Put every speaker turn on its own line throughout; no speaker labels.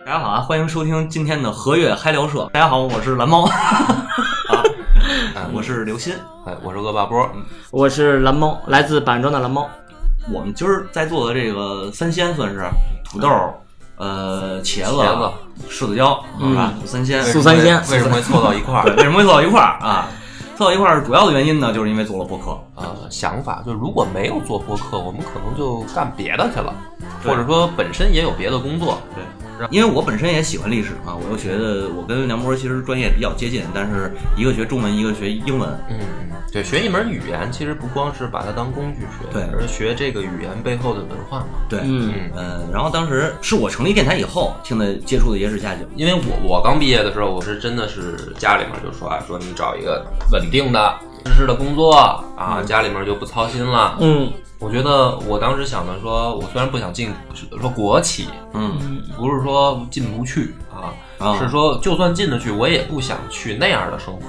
大家好啊，欢迎收听今天的和悦嗨聊社。大家好，我是蓝猫， 啊，我是刘鑫。
哎，我是恶霸波，嗯
我是蓝猫，来自板砖的蓝猫。
我们今儿在座的这个三鲜算是土豆、呃茄子、
茄子
柿子椒，是吧？三鲜。
素三鲜
为什么会凑到一 块
对
儿
为什么会凑到一块儿啊？凑到一块儿主要的原因呢，就是因为做了播客。
呃，想法就如果没有做播客，我们可能就干别的去了，
对
或者说本身也有别的工作。
对，因为我本身也喜欢历史嘛，我又学的，我跟梁博其实专业比较接近，但是一个学中文，一个学英文。
嗯，嗯，对，学一门语言其实不光是把它当工具学，
对
而是学这个语言背后的文化嘛。
对，
嗯，
嗯，
嗯，然后当时是我成立电台以后听的接触的野史下酒，
因为我我刚毕业的时候，我是真的是家里面就说啊，说你找一个稳定的、实施的工作啊，家里面就不操心了。
嗯，
我觉得我当时想的说，我虽然不想进说国企，
嗯，
不是说进不去啊，
啊
是说就算进得去，我也不想去那样的生活。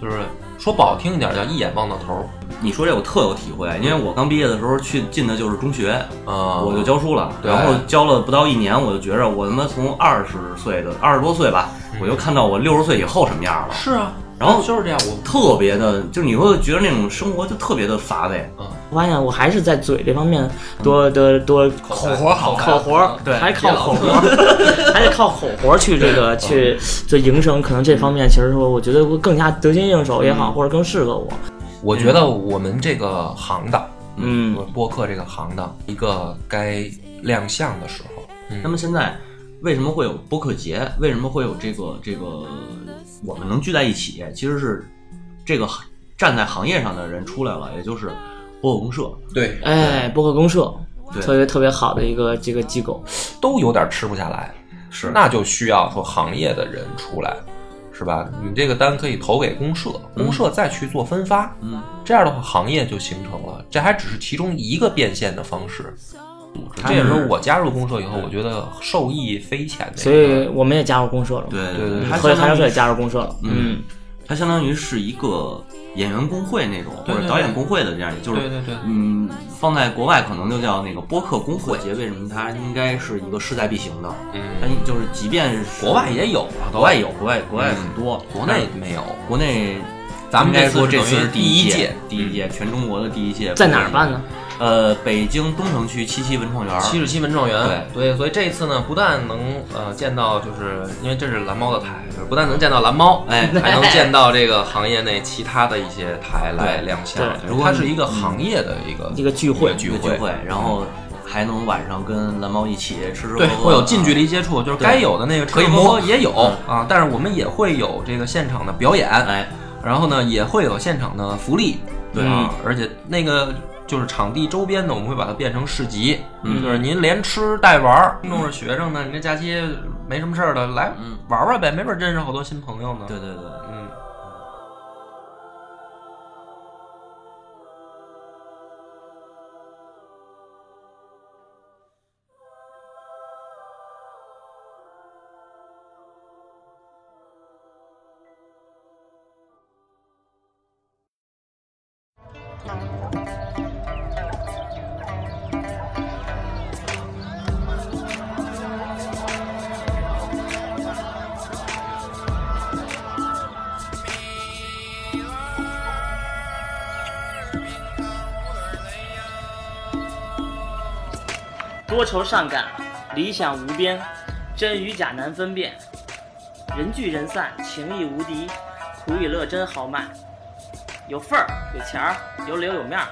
就是说不好听一点，叫一眼望到头。
你说这我特有体会，因为我刚毕业的时候去进的就是中学，
啊、
我就教书了，
对
然后教了不到一年，我就觉着我他妈从二十岁的二十多岁吧，
嗯
我就看到我六十岁以后什么样了，
是啊，
然后
就是这样，我
特别的，就是你会觉得那种生活就特别的乏味。
我发现我还是在嘴这方面多多多
嗯口
活
活
儿
好
口活儿，
对
还靠
别老
口活儿， 还得靠口活儿去这个去就营生。可能
嗯
这方面其实说，我觉得会更加得心应手也好，或者更适合我。
我觉得我们这个行当，
嗯
我，们播客这个行当，一个该亮相的时候。
那么现在为什么会有播客节？为什么会有这个这个我们能聚在一起？其实是这个站在行业上的人出来了，也就是播客公社。
对，
哎，播客公社
对
特别特别好的一个这个机构。
都有点吃不下来，
是
那就需要说行业的人出来，是吧？你这个单可以投给公社，公社再去做分发，
嗯，
这样的话行业就形成了，这还只是其中一个变现的方式。
他
这
们
也是我加入公社以后，我觉得受益匪浅的。
所以，我们也加入公社了嘛，嗯
对
对对对
它
所以
嗯相
韩
当
流社
于
也加入公社了。
嗯
嗯，
它相当于是一个演员工会那种，
对
或者
对
导演
对
工会的这样，就是
对对对
嗯，放在国外可能就叫那个播客工会。节为什么它应该是一个势在必行的？它
嗯，
就是即便是
国外也有啊，
国外有，国外国外很
嗯
多，
国内没有。
国内
咱
应
们
该
这
说这
次
次
是
是
等于第
一
届，嗯
第一届全中国的第一届
在哪儿办呢？？
呃，北京东城区七七文创园儿。
七十七文创园，
对
对所以这一次呢，不但能呃见到，就是因为这是蓝猫的台，就是不但能见到蓝猫，
哎
还能见到这个行业内其他的一些台来亮相
对。
如果它是一个行业的一个
嗯
一个聚会
一个聚
一个聚
会，
会，然后还能晚上跟蓝猫一起吃吃喝喝
对，
啊，
会有近距离接触，就是
对
该有的那个
可以摸
车也有啊，但是我们也会有这个现场的表演，
哎，
然后呢也会有现场的福利，
对
啊，而且那个就是场地周边呢，我们会把它变成市集，
嗯
就是您连吃带玩儿，听众是学生呢，您这假期没什么事儿的，来
嗯
玩玩呗，没准认识好多新朋友呢。
对，对对。
嗯，
多愁善感，理想无边，真与假难分辨。人聚人散，情谊无敌，苦与乐真豪迈。有份儿，有钱儿，有脸有面儿。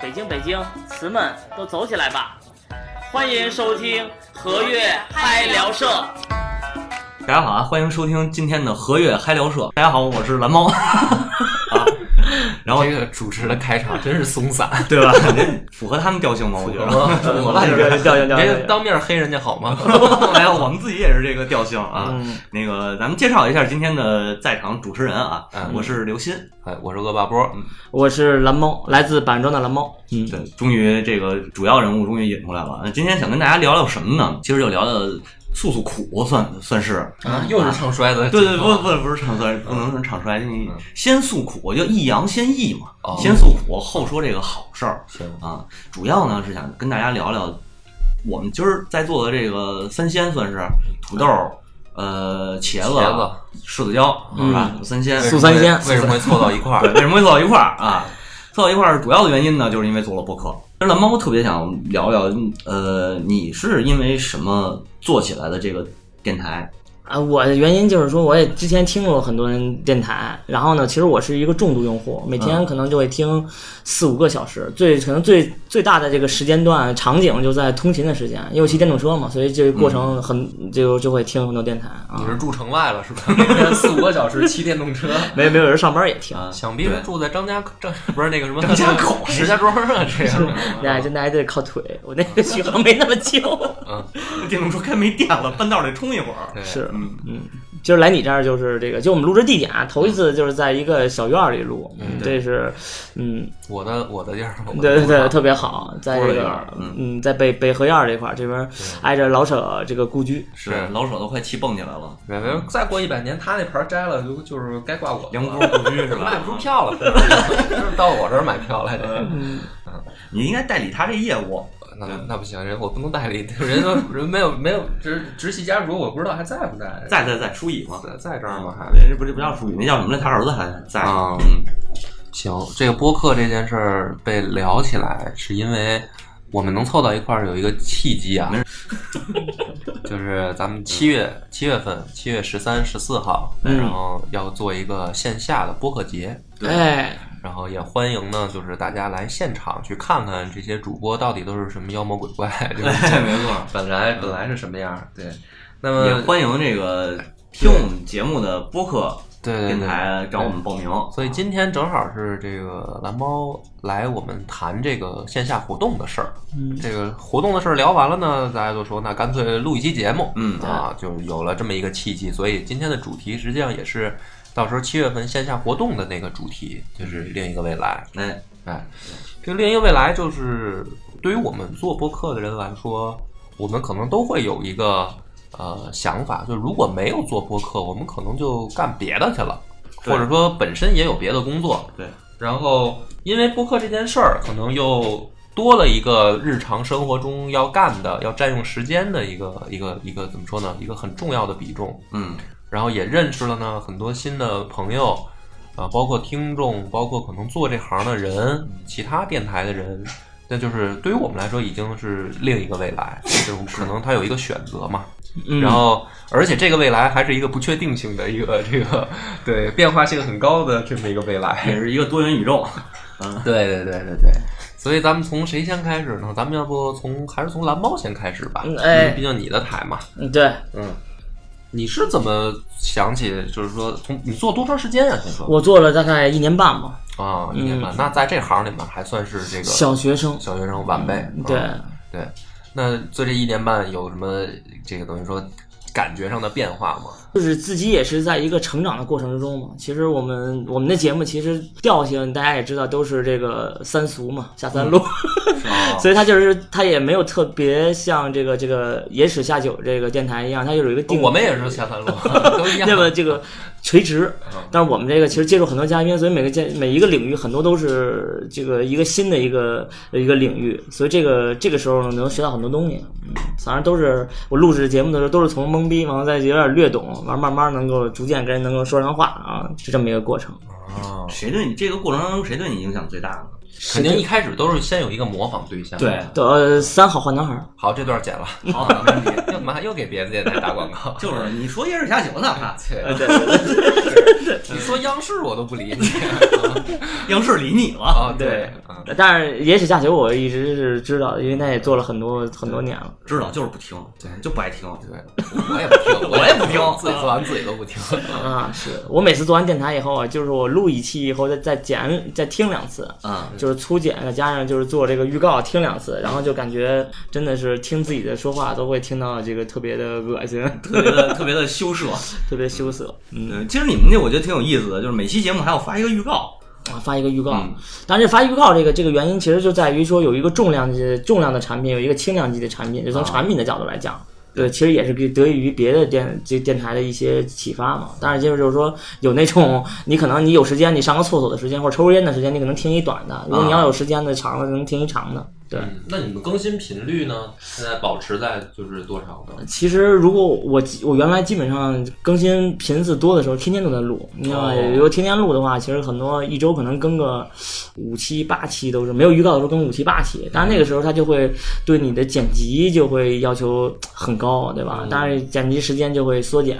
北京，北京，词们都走起来吧！欢迎收听和悦嗨聊社。
大家好啊，欢迎收听今天的和悦嗨聊社。大家好，我是蓝 猫，啊，然后
这个主持的开场真是松 散，
对吧？您符合他们调性吗？我觉得，
我
吧
调调调调
别当面黑人家好吗？
哎呀，我们自己也是这个调性啊。那个，咱们介绍一下今天的在场主持人啊，
嗯
我是刘鑫。
哎，我是恶霸波，
我是蓝猫，来自板砖的蓝猫。嗯，
对，终于这个主要人物终于引出来了。那今天想跟大家聊聊什么呢？其实就聊聊诉诉苦，算算是。
啊，又是唱衰的，
对对，不不不是唱衰，不能说唱衰，你先诉苦，就抑扬先抑嘛，
哦
先诉苦后说这个好事儿。
行，
啊，主要呢是想跟大家聊聊我们今儿在座的这个三鲜，算是土豆、呃茄子、
茄
柿子椒
嗯
是吧？三鲜，对
为什
素
么
三
会
鲜
为什么会凑到一块儿？
为什么会凑到一块儿啊？凑到一块儿主要的原因呢，就是因为做了播客。其实蓝猫，我特别想聊聊，呃，你是因为什么做起来的这个电台？
啊，我的原因就是说，我也之前听过很多人电台，然后呢，其实我是一个重度用户，每天可能就会听四五个小时，最可能最最大的这个时间段场景就在通勤的时间，因为我骑电动车嘛，所以这个过程很、就就会听很多电台 啊
你。是住城外了是吧？每天四五个小时骑电动车，
没没有人上班也听，
啊，
想必
对
是住在张家张不是那个什么
张家口
石家庄啊，这样
那还真那还得靠腿，我那个续航没那么 久。
电动车开没电了，半道得充一会儿。
对
是，
嗯
嗯，就是来你这儿就是这个，就我们录制地点啊，头一次就是在一个小院儿里录，嗯这是，嗯，
我的我的地儿，我的
对对
主
对，
场
特别好，在
多了
这
一
个
点儿嗯
嗯，在北北河沿儿这块儿，这边儿挨着老舍这个故居，
是老舍都快气蹦起来了。
没没，再过一百年，他那牌儿摘了，就就是该挂我了
杨波故居是吧嗯
卖不出 票了，就是 到我这儿买票来的。
你应该代理他这业务，
那那不行，人我不能代理，人都人没有没有直直系家属，我不知道还在不在，
在嗯在在舒乙嘛，
在在这儿吗？还
人这不这不叫舒乙，那叫什么来？他儿子还在。
啊
嗯，
行，这个播客这件事儿被聊起来，是因为我们能凑到一块儿有一个契机啊， 就是咱们七月七月份，七月十三、十四号，
嗯
然后要做一个线下的播客节，
对
哎，
然后也欢迎呢，就是大家来现场去看看这些主播到底都是什么妖魔鬼怪， 就是
哎没错。
本来本来是什么样儿。对，那
也
么
欢迎这个听我们节目的播客
对对对
电台找我们报名。
所以今天正好是这个蓝猫来我们谈这个线下活动的事儿。
嗯
这个活动的事儿聊完了呢，大家就说那干脆录一期节目。
嗯
啊，就有了这么一个契机。所以今天的主题实际上也是到时候七月份线下活动的那个主题，就是另一个未来。
嗯哎，
哎，这个另一个未来就是对于我们做播客的人来说，我们可能都会有一个呃想法，就如果没有做播客，我们可能就干别的去了，
对
或者说本身也有别的工作。
对，
然后因为播客这件事儿，可能又多了一个日常生活中要干的、要占用时间的一个一个一个怎么说呢？一个很重要的比重。
嗯，
然后也认识了呢很多新的朋友，啊，包括听众，包括可能做这行的人，其他电台的人，那就是对于我们来说已经是另一个未来，就是可能他有一个选择嘛。
嗯
然后，而且这个未来还是一个不确定性的一个这个对变化性很高的这么一个未来。
也是一个多元宇宙。
对对对对对。所以咱们从谁先开始呢？咱们要不从还是从蓝猫先开始吧，
嗯哎
因为毕竟你的台嘛。
嗯对
嗯，你是怎么想起，就是说从你做多长时间啊？先说
我做了大概一年半吧，
啊，一年半。那在这行里面还算是这个
小学
啊
生，
小学生晚辈。嗯
对
对，那做这一年半有什么这个等于说感觉上的变化吗？
就是自己也是在一个成长的过程之中嘛。其实我们我们的节目其实调性大家也知道，都是这个三俗嘛，下三
嗯
路。
哦
啊，
所以他就是他也没有特别像这个这个野史下酒这个电台一样，它有一个定
我们也是下 三路，都一样。嗯
那么这个垂直，但是我们这个其实接触很多嘉宾，所以每个建每一个领域很多都是这个一个新的一个一个领域，所以这个这个时候呢能学到很多东西。嗯，反正都是我录制节目的时候都是从懵逼，然后再有点略懂，完慢慢能够逐渐跟人能够说上话啊，是这么一个过程。
啊，
谁对你这个过程当中，谁对你影响最大呢？
肯定一开始都是先有一个模仿对象。，
呃，三好坏男孩儿，
好，这段剪了。
好，
没问题又妈又给别的电台打广告，
就是你说夜市下酒呢，啊
对你说央视我都不理你
央视理你了。
啊！对，嗯
但是野史下酒我一直是知道的，因为那也做了很多很多年了。
知道就是不听，对，就不爱听。
对，我也不听，
我也不听
自己做完自己都不听。嗯
啊，是我每次做完电台以后啊，就是我录一期以后再再剪再听两次，
啊，
就是粗剪，再加上就是做这个预告听两次，然后就感觉真的是听自己的说话都会听到这个特别的恶心，
特别的特别的羞涩。
特别羞涩。嗯，
嗯，其实你们那我觉得挺有意思的，就是每期节目还要发一个预告。
啊，发一个预告。当然，这发预告这个这个原因其实就在于说有一个重量级重量的产品，有一个轻量级的产品，就从产品的角度来讲。对，其实也是给得益于别的电这电台的一些启发嘛。当然，就是就是说有那种你可能你有时间，你上个厕所的时间或者抽根烟的时间，你可能听一短的；如果你要有时间的长的，能听一长的。对，
嗯那你们更新频率呢？现在保持在就是多少呢？
其实如果我我原来基本上更新频次多的时候，天天都在录，你知道吗？
哦
如果天天录的话，其实很多一周可能更个五期八期都是没有预告的时候更五期八期，但是那个时候他就会对你的剪辑就会要求很高，对吧？当然剪辑时间就会缩减，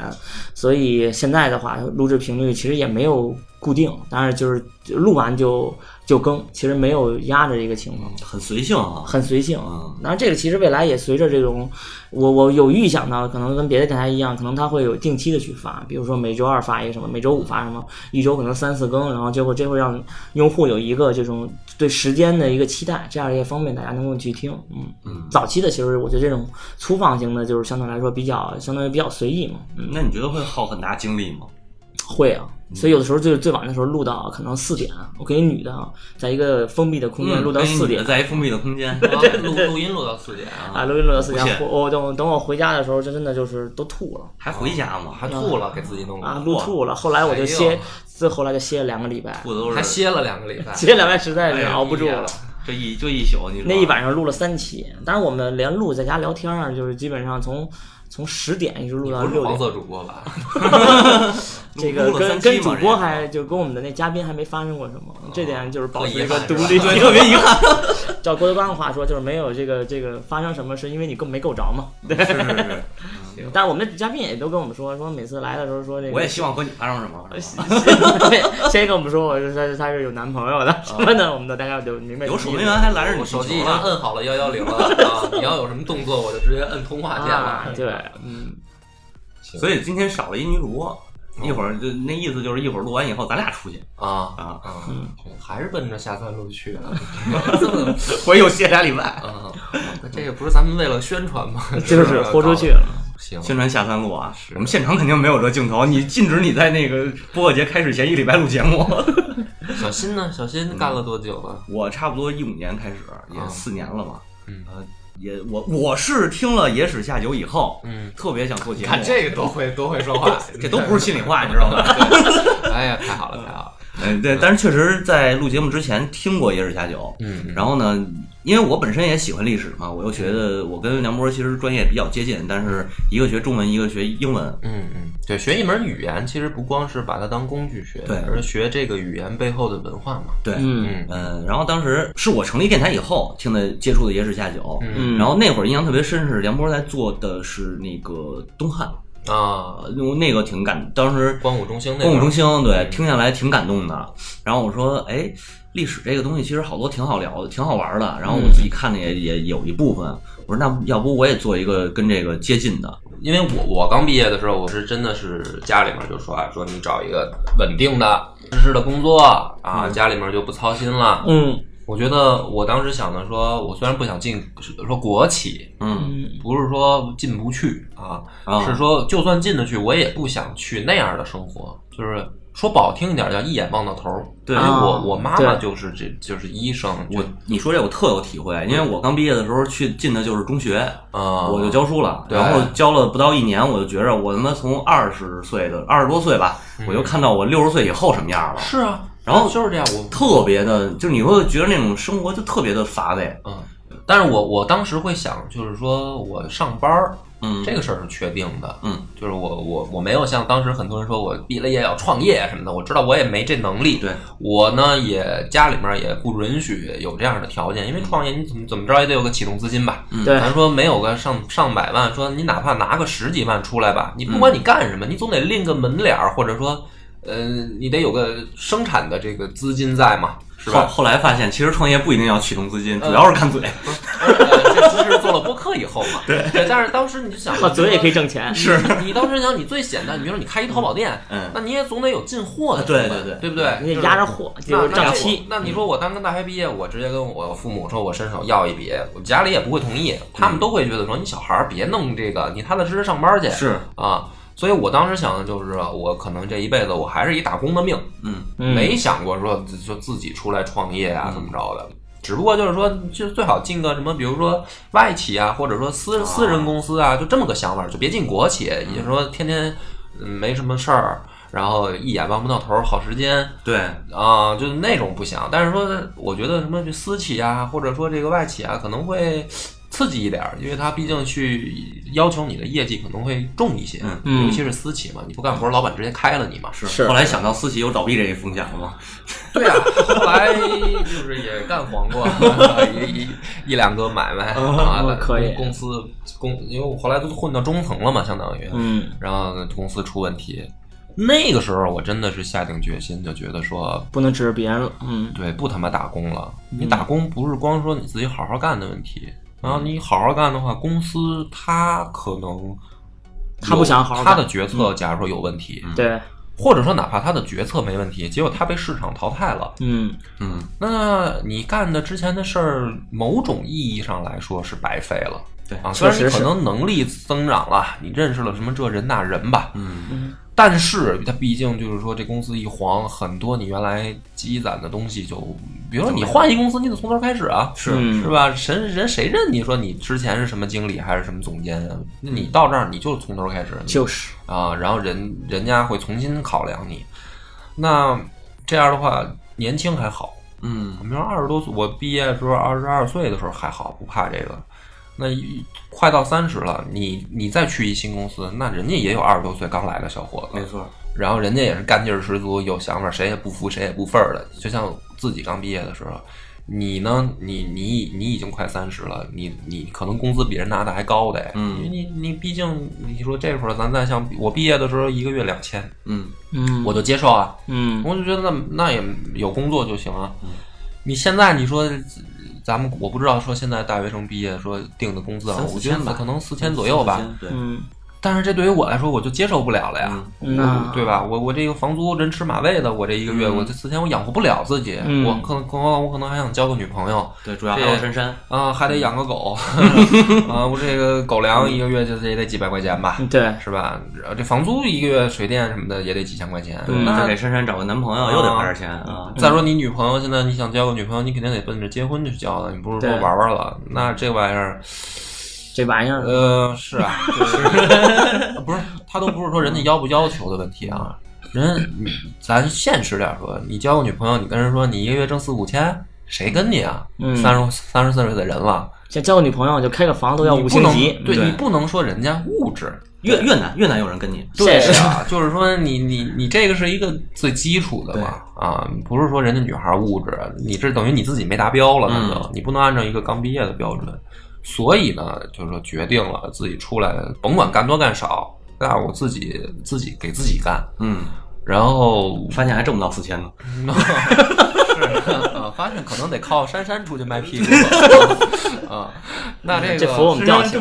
所以现在的话，录制频率其实也没有固定，当然就是录完就就更，其实没有压着这个情
嗯
况。
很随性啊。
很随性
嗯。
然后这个其实未来也随着这种，我我有预想到，可能跟别的电台一样，可能它会有定期的去发，比如说每周二发一个什么，每周五发什么，一周可能三四更，然后结果这会让用户有一个这种对时间的一个期待，这样也方便大家能够去听。嗯，早期的其实我觉得这种粗放型的，就是相对来说比较相当于比较随意嘛。嗯，
那你觉得会耗很大精力吗？
会啊。
嗯
所以有的时候最最晚的时候录到可能四点，我跟一女的啊，在一个封闭的空间录到
嗯
四点
那你，在一封闭的空 间，
啊录录音录到四点啊，
啊，录音录到四
不
点，
信
我我等等我回家的时候，就真的就是都吐了
还回家吗？
还吐了，给自己弄的
啊，录吐了。后来我就
哎
歇
呦，
这后来就歇了两个礼拜，
吐的都是
还歇了两个礼拜，
歇两个礼拜实在
哎
是
呀
熬不住
哎
了
呀。
这一就一宿，你说
那一晚上录了三期，当然我们连录在家聊天儿，就是基本上从从十点一直录到
不是
六
黄
点。
色主播吧？
这个
录了三
跟
期
跟
嘛这
主播
个哦
还就跟我们的那嘉宾还没发生过什么，这点就是保
特
持
遗
一个
憾
独
是吧
立。
对特别遗憾。
照郭德纲的话说，就是没有这个这个发生什么，是因为你够没够着嘛。
是是是，
但是我们的嘉宾也都跟我们说，说每次来的时候说这个
我也希望和你发生什么，是吧
对， 先跟我们说，我是他是他是有男朋友的什么的，我们都大概就明白。
哦 有守门员还拦着你啊
我手机
踢
已
球
经
了
摁好了幺幺零了啊！你要有什么动作，我就直接摁通话键
啊
了，。
对，嗯，
所以今天少了一女主播，一会儿就那意思就是一会儿录完以后咱俩出 去
啊
啊，
啊，还是奔着下三路去啊的。
我又歇俩礼拜。
啊，那这个不是咱们为了宣传吗？
就是豁出去了。
行，
宣传下三路啊，我们现场肯定没有这镜头，你禁止你在那个播客节开始前一礼拜录节目。
小新呢？小新干了多久了？
我差不多一五年开始，也四年了嘛，
啊嗯
呃，也我我是听了《野史下酒》以后，
嗯，
特别想做节目，
看这个多会多会说 话，
这都不是心里话，你知道吗？
对。哎呀，太好了，太好了。
嗯，对，但是确实在录节目之前听过《野史下酒》，
嗯，
然后呢，因为我本身也喜欢历史嘛，我又觉得我跟梁波其实专业比较接近，但是一个学中文，一个学英文，
嗯嗯，对，学一门语言其实不光是把它当工具学，
对
而是学这个语言背后的文化嘛。
对，
嗯
嗯
嗯，然后当时是我成立电台以后听的接触的野史下酒，
嗯，
然后那会儿印象特别深是梁波在做的是那个东汉，
啊，
呃，那那个挺感，当时
光武中兴那嗯
光武中
兴，
兴对听下来挺感动的，然后我说哎。历史这个东西其实好多挺好聊的，挺好玩
嗯
的。然后我自己看的也、也有一部分。我说那要不我也做一个跟这个接近的，
因为我我刚毕业的时候，我是真的是家里面就说啊，说你找一个稳定的、正式的工作啊，家里面就不操心了。
嗯
我觉得我当时想的说，我虽然不想进说国企，
嗯
嗯
不是说进不去啊，
啊，
是说就算进得去，我也不想去那样的生活，就是。说不好听一点叫一眼望到头儿，
对
因为我
啊
我妈妈
对
就是这就是医生，就
我你说这我特有体会，因为我刚毕业的时候去进的就是中学，
啊，
我就教书了，
对
然后教了不到一年，我就觉着我他妈从二十岁的二十多岁吧，
嗯
我就看到我六十岁以后什么样了，
是啊，
然后
就是这样，我
特别的，就是你会觉得那种生活就特别的乏味，
嗯，但是我我当时会想，就是说我上班儿
嗯，
这个事儿是确定的，
嗯，
就是我我我没有像当时很多人说我毕了业要创业什么的，我知道我也没这能力，
对，
我呢也家里面也不允许有这样的条件，因为创业你怎么怎么着也得有个启动资金吧，
嗯对
咱说没有个上上百万，说你哪怕拿个十几万出来吧，你不
嗯
管你干什么，你总得另个门脸儿，或者说，呃，你得有个生产的这个资金在 嘛，是
后
吧？
后来发现，其实创业不一定要启动资金，主要是看嘴，
呃这其实是做了播客以后嘛，对。但是当时你就想，
靠嘴也可以挣钱，
是你当时想，你最简单，你比如说你开一淘宝店，
嗯
那你也总得有进货的成
对
本，
对对
对不对？
你得
就是
压着货，
嗯那
就是
那
账
我
期。
那你说我当个大学毕业，我直接跟我父母说我伸手要一笔，我家里也不会同意，他
嗯
们都会觉得说你小孩儿别弄这个，你踏踏实实上班去
是，
啊。所以我当时想的就是，啊我可能这一辈子我还是一打工的命，
嗯，
嗯
没想过说自就自己出来创业啊怎么着的。只不过就是说，就最好进个什么，比如说外企啊，或者说私
哦
嗯私人公司啊，就这么个想法，就别进国企，也就是说天天嗯没什么事儿。然后一眼望不到头儿，耗时间。
对，
啊、就是那种不想。但是说，我觉得什么私企啊，或者说这个外企啊，可能会刺激一点儿，因为它毕竟去要求你的业绩可能会重一些，
嗯
尤其是私企嘛，你不干活儿，老板直接开了你嘛。
是。
是
后来想到私企有倒闭这一风险了吗？
对啊，后来就是也干黄瓜， 一一一两个买卖啊
我，可以
公司公，因为我后来都混到中层了嘛，相当于，
嗯，
然后公司出问题，那个时候我真的是下定决心，就觉得说
不能指着别人了，嗯，
对，不他妈打工了。你打工不是光说你自己好好干的问题，
嗯
然后你好好干的话，公司他可能
他不
有
想好好
他
干嗯
的决策，假如说有问题，
对，
或者说哪怕他的决策没问题，结果他被市场淘汰了，
嗯，
嗯，
那你干的之前的事儿，某种意义上来说是白费了。
对
啊，虽然
确
你
实
可
是
能能力增长了，你认识了什么这人那人吧，
嗯，
但是它毕竟就是说，这公司一黄，很多你原来积攒的东西就，比如说你换一公司，你得从头开始啊，
是
嗯
是吧？谁人谁认你说你之前是什么经理还是什么总监啊？你到这儿你就从头开始，
就是，
啊，然后人人家会重新考量你。那这样的话，年轻还好，
嗯
我们说二十多岁，我毕业的时候二十二岁的时候还好，不怕这个。那一快到三十了，你你再去一新公司，那人家也有二十多岁刚来的小伙子，
没错，
然后人家也是干劲儿十足，有想法，谁也不服谁也不忿儿的。就像自己刚毕业的时候，你呢，你你你已经快三十了，你你可能工资比人拿的还高的，
嗯
因为你你毕竟你说这会儿咱再像我毕业的时候一个月两千，
嗯
嗯，
我就接受啊，
嗯，
我就觉得那那也有工作就行啊。你现在你说咱们我不知道说现在大学生毕业说定的工资啊
三，
我
四
觉得
千吧
可能四千左右吧，
对，
嗯，
但是这对于我来说我就接受不了了呀。
嗯
那
对吧？我我这个房租人吃马喂的，我这一个月、
嗯
我这四千我养活不了自己，
嗯
我可能更何况我可能还想交个女朋友
对，主要还
这
有珊珊，
啊、还
嗯
得养个狗 啊、我这个狗粮一个月就得也得几百块钱吧，
嗯对，
嗯
是吧？然后这房租一个月水电什么的也得几千块钱，
对，再
嗯那嗯
给珊珊找个男朋友又得花点钱啊，
再说你女朋友现在你想交个女朋友，你肯定得奔着结婚去交的，你不是说
对嗯
玩玩了？那这玩意儿，
这玩意儿，
呃，是 啊，就是、不是他都不是说人家要不要求的问题啊，
嗯
人你咱现实点说，你交个女朋友，你跟人说你一个月挣四五千，谁跟你啊？
嗯
三十三十四岁的人了，
像交个女朋友就开个房都要
你
五
不
星
能
级，嗯
对
对
你不能说人家物质，
越越南越南有人跟你，
对
是
啊，就是说你你你这个是一个最基础的嘛啊，不是说人家女孩物质，你这等于你自己没达标了，那就、你不能按照一个刚毕业的标准，所以呢，就是说决定了自己出来，甭管干多干少，那我自己自己给自己干，
嗯，
然后
发现还挣不到四千呢，
是啊，发现可能得靠珊珊出去卖屁 股啊，那这个
这服我们调性，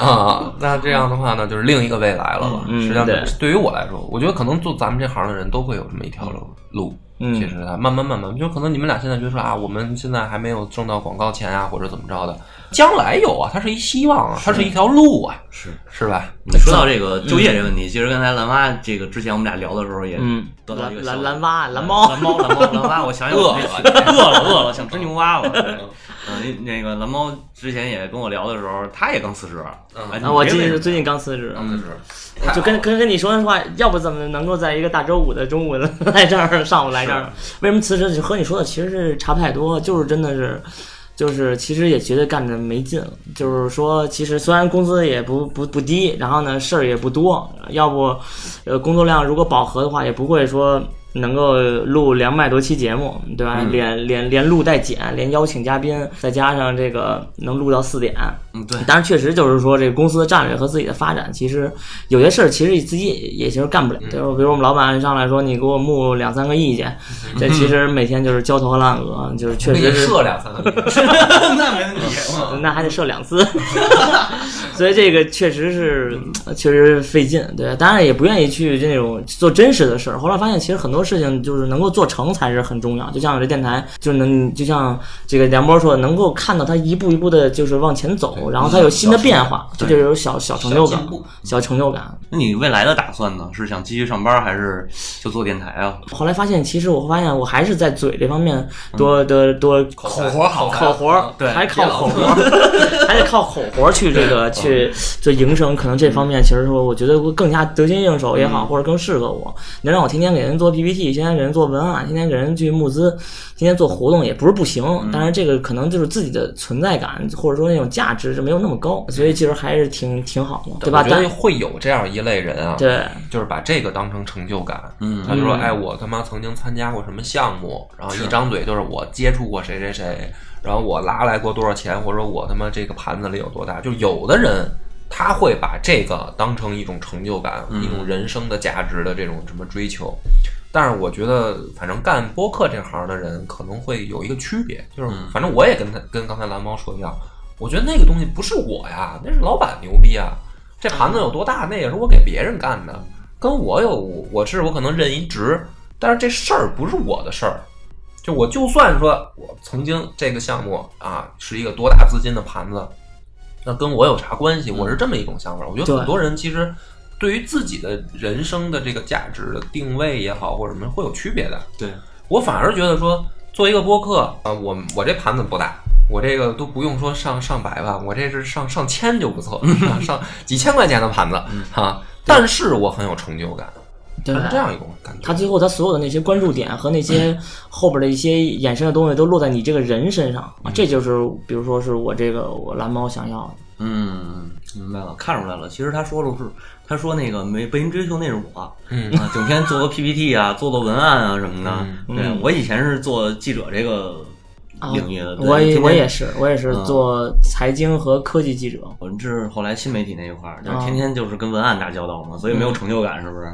啊，那这样的话呢，就是另一个未来了吧？
嗯
实际上
对，
对于我来说，我觉得可能做咱们这行的人都会有这么一条路。路
嗯
其实啊，慢慢慢慢，就可能你们俩现在觉得说啊，我们现在还没有挣到广告钱啊，或者怎么着的，将来有啊，它是一希望啊，它是一条路啊，
是。
是吧？
你说到这个
嗯
就业这问题，其实刚才蓝蛙这个之前我们俩聊的时候也
嗯，
得到一个消
蓝
息嗯
蓝蓝蛙、
嗯
蓝猫，
蓝猫蓝猫蓝蛙，我想想
饿
我
了
饿了饿了，想吃牛蛙了。嗯，那个蓝猫之前也跟我聊的时候，他也刚辞职，
嗯
哎你
啊，我
别
最
那什
近
么
最近刚辞职，
嗯，
就跟跟跟你说的话，要不怎么能够在一个大周五的 中午来这儿，上午来这儿？为什么辞职？和你说的其实是差不太多，就是真的是，就是其实也觉得干着没劲了。就是说，其实虽然工资也不不不低，然后呢事儿也不多，要不，呃，工作量如果饱和的话，也不会说能够录两百多期节目，对吧？连连连录带剪，连邀请嘉宾，再加上这个能录到四点，
嗯对，
但是确实就是说，这个公司的战略和自己的发展，其实有些事儿其实自己也也其实干不了。就是比如我们老板上来说，你给我募两三个意见，这其实每天就是焦头烂额，就是确实是。
射两三个礼拜， 那没问题。
那还得射两次， 所以这个确实呃是确实费劲，对，当然也不愿意去那种做真实的事儿。后来发现，其实很多多事情就是能够做成才是很重要。就像我这电台，就能就像这个梁波说，的，能够看到他一步一步的，就是往前走，然后他有新的变化，这
对
就是有小小成就感
小进步，
小成就感。
那你未来的打算呢？是想继续上班，还是就做电台啊？
后来发现，其实我发现我还是在嘴这方面
嗯
多多多
口活好看
口活儿，
对
还靠口活儿， 嗯还得靠口活儿去这个去就营生。可能这方面其实说，我觉得会更加得心应手也好，或者更适合我。能让我天天给人做 PPT，天天给人做文案，天天给人去募资，天天做活动也不是不行。但是这个可能就是自己的存在感或者说那种价值是没有那么高，所以其实还是挺挺好的，对吧？
我觉
但
得会有这样一类人啊，
对
就是把这个当成成就感。
嗯
他就说：“
嗯
哎，我他妈曾经参加过什么项目，然后一张嘴就是我接触过谁谁谁，然后我拿来过多少钱，或者我他妈这个盘子里有多大。”就有的人他会把这个当成一种成就感，一种人生的价值的这种什么追求。但是我觉得，反正干播客这行的人可能会有一个区别，就是反正我也跟他跟刚才蓝猫说一样，我觉得那个东西不是我呀，那是老板牛逼啊。这盘子有多大，那也是我给别人干的，跟我有我是我可能任一职，但是这事儿不是我的事儿。就我就算说我曾经这个项目啊是一个多大资金的盘子，那跟我有啥关系？我是这么一种想法。我觉得
对
很多人其实对于自己的人生的这个价值的定位也好，或者什么会有区别的。
对，
我反而觉得说，做一个播客啊、我我这盘子不大，我这个都不用说上上百万，我这是上上千就不错，啊上几千块钱的盘子啊，但是我很有成就感，
对
是这样一种感觉。
嗯他最后他所有的那些关注点和那
嗯
些后边的一些衍生的东西都落在你这个人身上，啊、这就是比如说是我这个我蓝猫想要的。
嗯，明白了，看出来了。其实他说了是，他说那个没被人追求那是 我，
嗯
啊，整天做个 PPT 啊，做做文案啊什么的。
嗯
对
嗯
我以前是做记者这个
啊
领域的，呃对
我也我也。
天天嗯
是我也是做财经和科技记者，
我们这是后来新媒体那一块儿，就是
啊
天天就是跟文案打交道嘛，所以没
嗯
有成就感，是不是？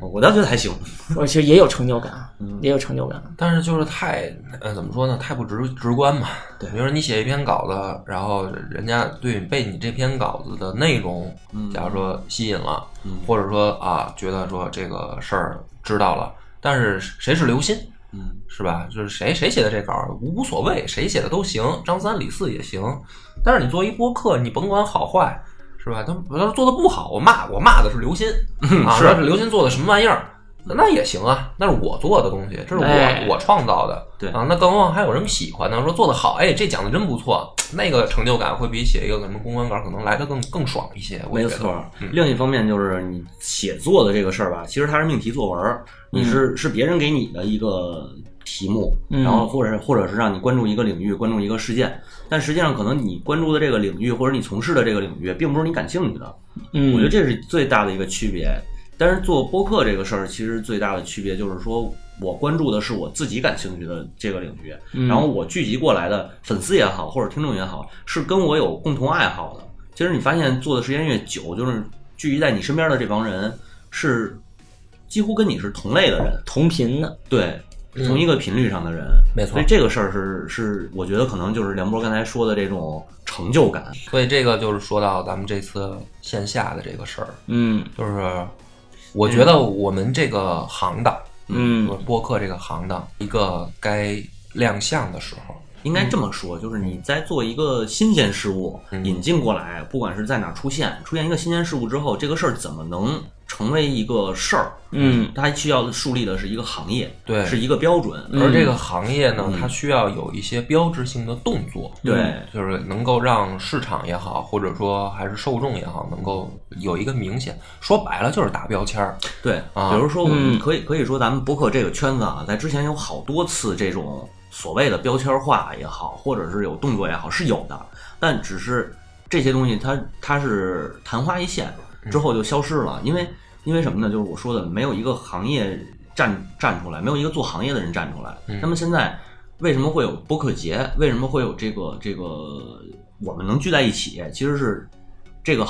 我倒觉得还行。
我其实也有成就感，
嗯
也有成就感。
但是就是太，呃，怎么说呢？太不直直观嘛。对，比如说你写一篇稿子，然后人家对你被你这篇稿子的内容，假如说吸引了，
嗯
或者说啊，觉得说这个事儿知道了，但是谁是刘鑫？
嗯，
是吧？就是谁谁写的这稿儿无所谓，谁写的都行，张三李四也行。但是你作为一播客，你甭管好坏，是吧？他他说做的不好，我骂我骂的是刘鑫、啊，
嗯是
说刘鑫做的什么玩意儿？那那也行啊，那是我做的东西，这是我、
哎
我创造的，
对
啊，那更何况还有人喜欢呢，说做的好，哎，这讲的真不错，那个成就感会比写一个什么公关稿可能来的更更爽一些，我
没
觉得嗯
错儿。另一方面就是你写作的这个事儿吧，其实它是命题作文儿，
嗯
你是、是别人给你的一个题目，
嗯
然后或者或者是让你关注一个领域，关注一个事件，但实际上可能你关注的这个领域或者你从事的这个领域，并不是你感兴趣的。
嗯，
我觉得这是最大的一个区别。但是做播客这个事儿，其实最大的区别就是说，我关注的是我自己感兴趣的这个领域，
嗯
嗯
然后我聚集过来的粉丝也好，或者听众也好，是跟我有共同爱好的。其实你发现做的时间越久，就是聚集在你身边的这帮人是几乎跟你是同类的人，
同频的，
对，同一个频率上的人。
嗯没错
所以这个事儿是是，我觉得可能就是梁波刚才说的这种成就感。
所以这个就是说到咱们这次线下的这个事儿，
嗯
就是嗯我觉得我们这个行当，
嗯
就是播客这个行当，一个该亮相的时候，
应该这么说，就是你在做一个新鲜事物引进过来，不管是在哪儿出现，出现一个新鲜事物之后，这个事儿怎么能成为一个事儿？
嗯，
它需要树立的是一个行业，
对嗯
是一个标准。
而这个行业呢，它需要有一些标志性的动作，
嗯对，
就是能够让市场也好，或者说还是受众也好，能够有一个明显，说白了就是打标签儿，
对，
啊
比如说我
嗯
们可以可以说咱们博客这个圈子啊，在之前有好多次这种所谓的标签化也好，或者是有动作也好，是有的，但只是这些东西它它是昙花一现，之后就消失了，因为因为什么呢？就是我说的，没有一个行业站站出来，没有一个做行业的人站出来。那么现在为什么会有博客节？为什么会有这个这个我们能聚在一起？其实是这个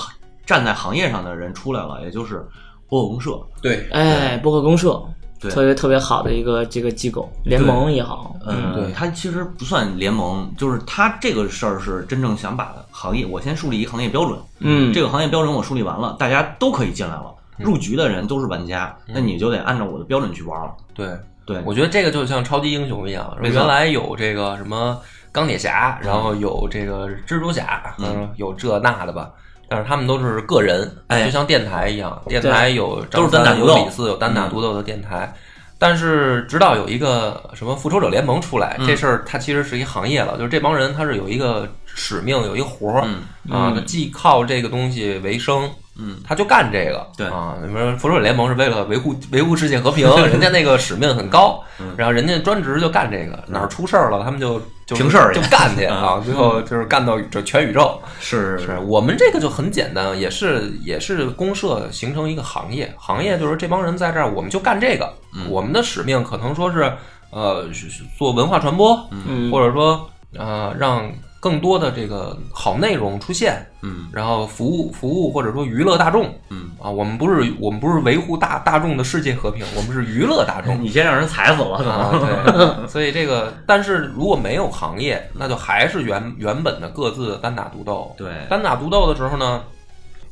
站在行业上的人出来了，也就是博客公社。
对，
哎，播客公社，
对
特别特别好的一个这个机构联盟也好，
嗯，
对
它其实不算联盟，就是它这个事儿是真正想把行业，我先树立一个行业标准，
嗯，
这个行业标准我树立完了，大家都可以进来了，入局的人都是玩家，那你就得按照我的标准去玩了。
对，
对，
我觉得这个就像超级英雄一样，
没错
原来有这个什么钢铁侠，然后有这个蜘蛛侠，
嗯
嗯，有这那的吧。但是他们都是个人，
哎
就像电台一样，电台有张
都是单打
三
独斗嗯
有李四，有单打独斗的电台。但是直到有一个什么复仇者联盟出来，
嗯
这事儿它其实是一行业了，就是这帮人他是有一个使命，有一个活儿、
嗯
啊，他既靠这个东西为生，
嗯，
他就干这个，
对
啊，你说复仇者联盟是为了维护维护世界和平，人家那个使命很高，
嗯
然后人家专职就干这个，哪儿出事儿了他们就就
平事儿去嗯
就干去啊，最后就是干到这全宇宙。
是
是我们这个就很简单，也是也是公社形成一个行业，行业就是这帮人在这儿，我们就干这个，
嗯
我们的使命可能说是呃是是做文化传播，
嗯，
或者说呃让更多的这个好内容出现，
嗯
然后服务服务或者说娱乐大众，
嗯
啊，我们不是我们不是维护大大众的世界和平，我们是娱乐大众
哎你先让人踩死了，可
啊，
能
对，所以这个，但是如果没有行业，那就还是原原本的各自单打独斗。
对
单打独斗的时候呢，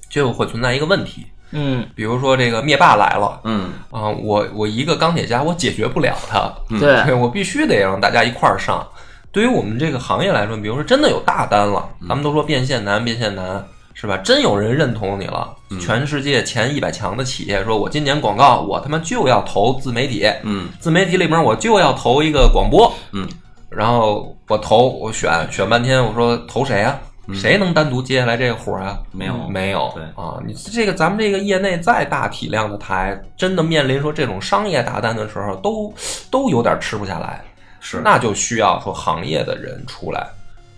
就会存在一个问题，
嗯，
比如说这个灭霸来了。
嗯
啊、我我一个钢铁侠，我解决不了他，
对，
对我必须得让大家一块儿上。对于我们这个行业来说，比如说真的有大单了，咱们都说变现难，变现难是吧？真有人认同你了，全世界前一百强的企业说，我今年广告我他妈就要投自媒体，
嗯
自媒体里面我就要投一个广播，
嗯，
然后我投我选选半天，我说投谁啊？谁能单独接下来这个活儿啊？
嗯没有
没有，
对
啊，你这个咱们这个业内再大体量的台，真的面临说这种商业大单的时候，都都有点吃不下来，
是
那就需要说行业的人出来，